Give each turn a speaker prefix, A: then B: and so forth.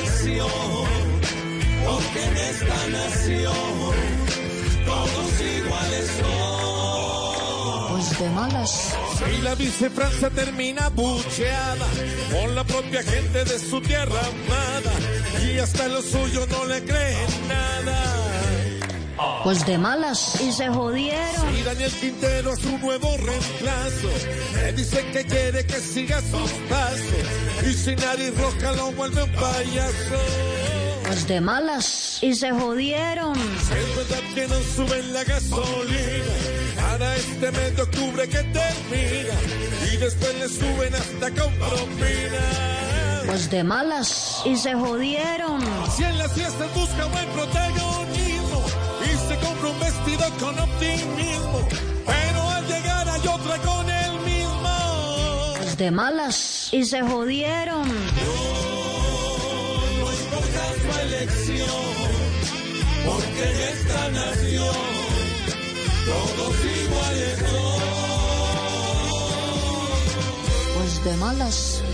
A: nación, porque en esta nación todos iguales son.
B: Pues de malas.
C: Y la vicefranza termina bucheada con la propia gente de su tierra amada. Y hasta lo suyo no le creen nada.
B: Pues de malas.
D: Y se jodieron.
C: Y Daniel Quintero a su nuevo reemplazo. Me dice que quiere que siga sus pasos. Y si nariz roja lo vuelve un payaso.
B: Pues de malas.
D: Y se jodieron.
C: Es verdad que no suben la gasolina. Para este mes de octubre que termina. Y después le suben hasta con propina.
B: Pues de malas.
D: Y se jodieron.
C: Si en las fiestas busca buen protagonismo y se compra un vestido con optimismo, pero al llegar hay otra con el mismo.
B: Pues de malas.
D: Y se jodieron.
A: No, no importa su elección, porque en esta nación todos iguales son.
B: Pues de malas.